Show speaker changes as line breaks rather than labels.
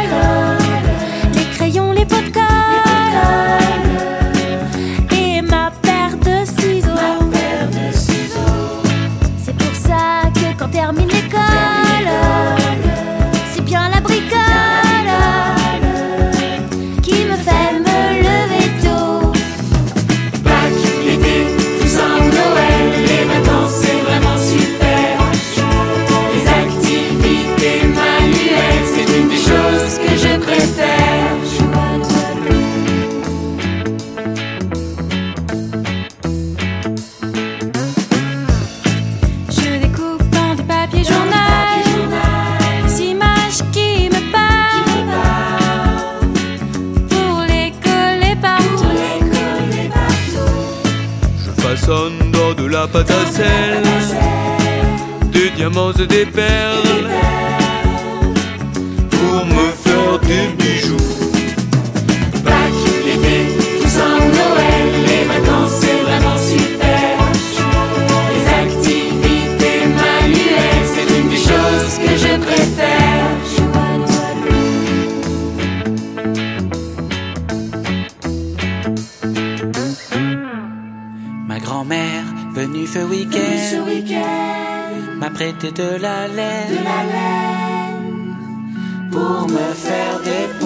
podcasts, les crayons, les podcasts, et ma paire de ciseaux. C'est pour ça que quand termine l'école, c'est bien la bricole qui me fait me lever tôt.
Pâques, l'été, Toussaint ou Noël, les vacances c'est vraiment super. Les activités manuelles, c'est une des choses que je préfère.
Je découpe dans du papier journal des images qui me parlent pour les coller partout.
Je façonne dans de la pâte à sel des diamants et des perles pour me faire des bijoux.
Pâques, l'été, Toussaint ou Noël, les vacances c'est vraiment super. Les activités manuelles, c'est une des choses que je préfère.
Ma grand-mère, venue ce week-end, m'a prêté de la laine, pour me faire des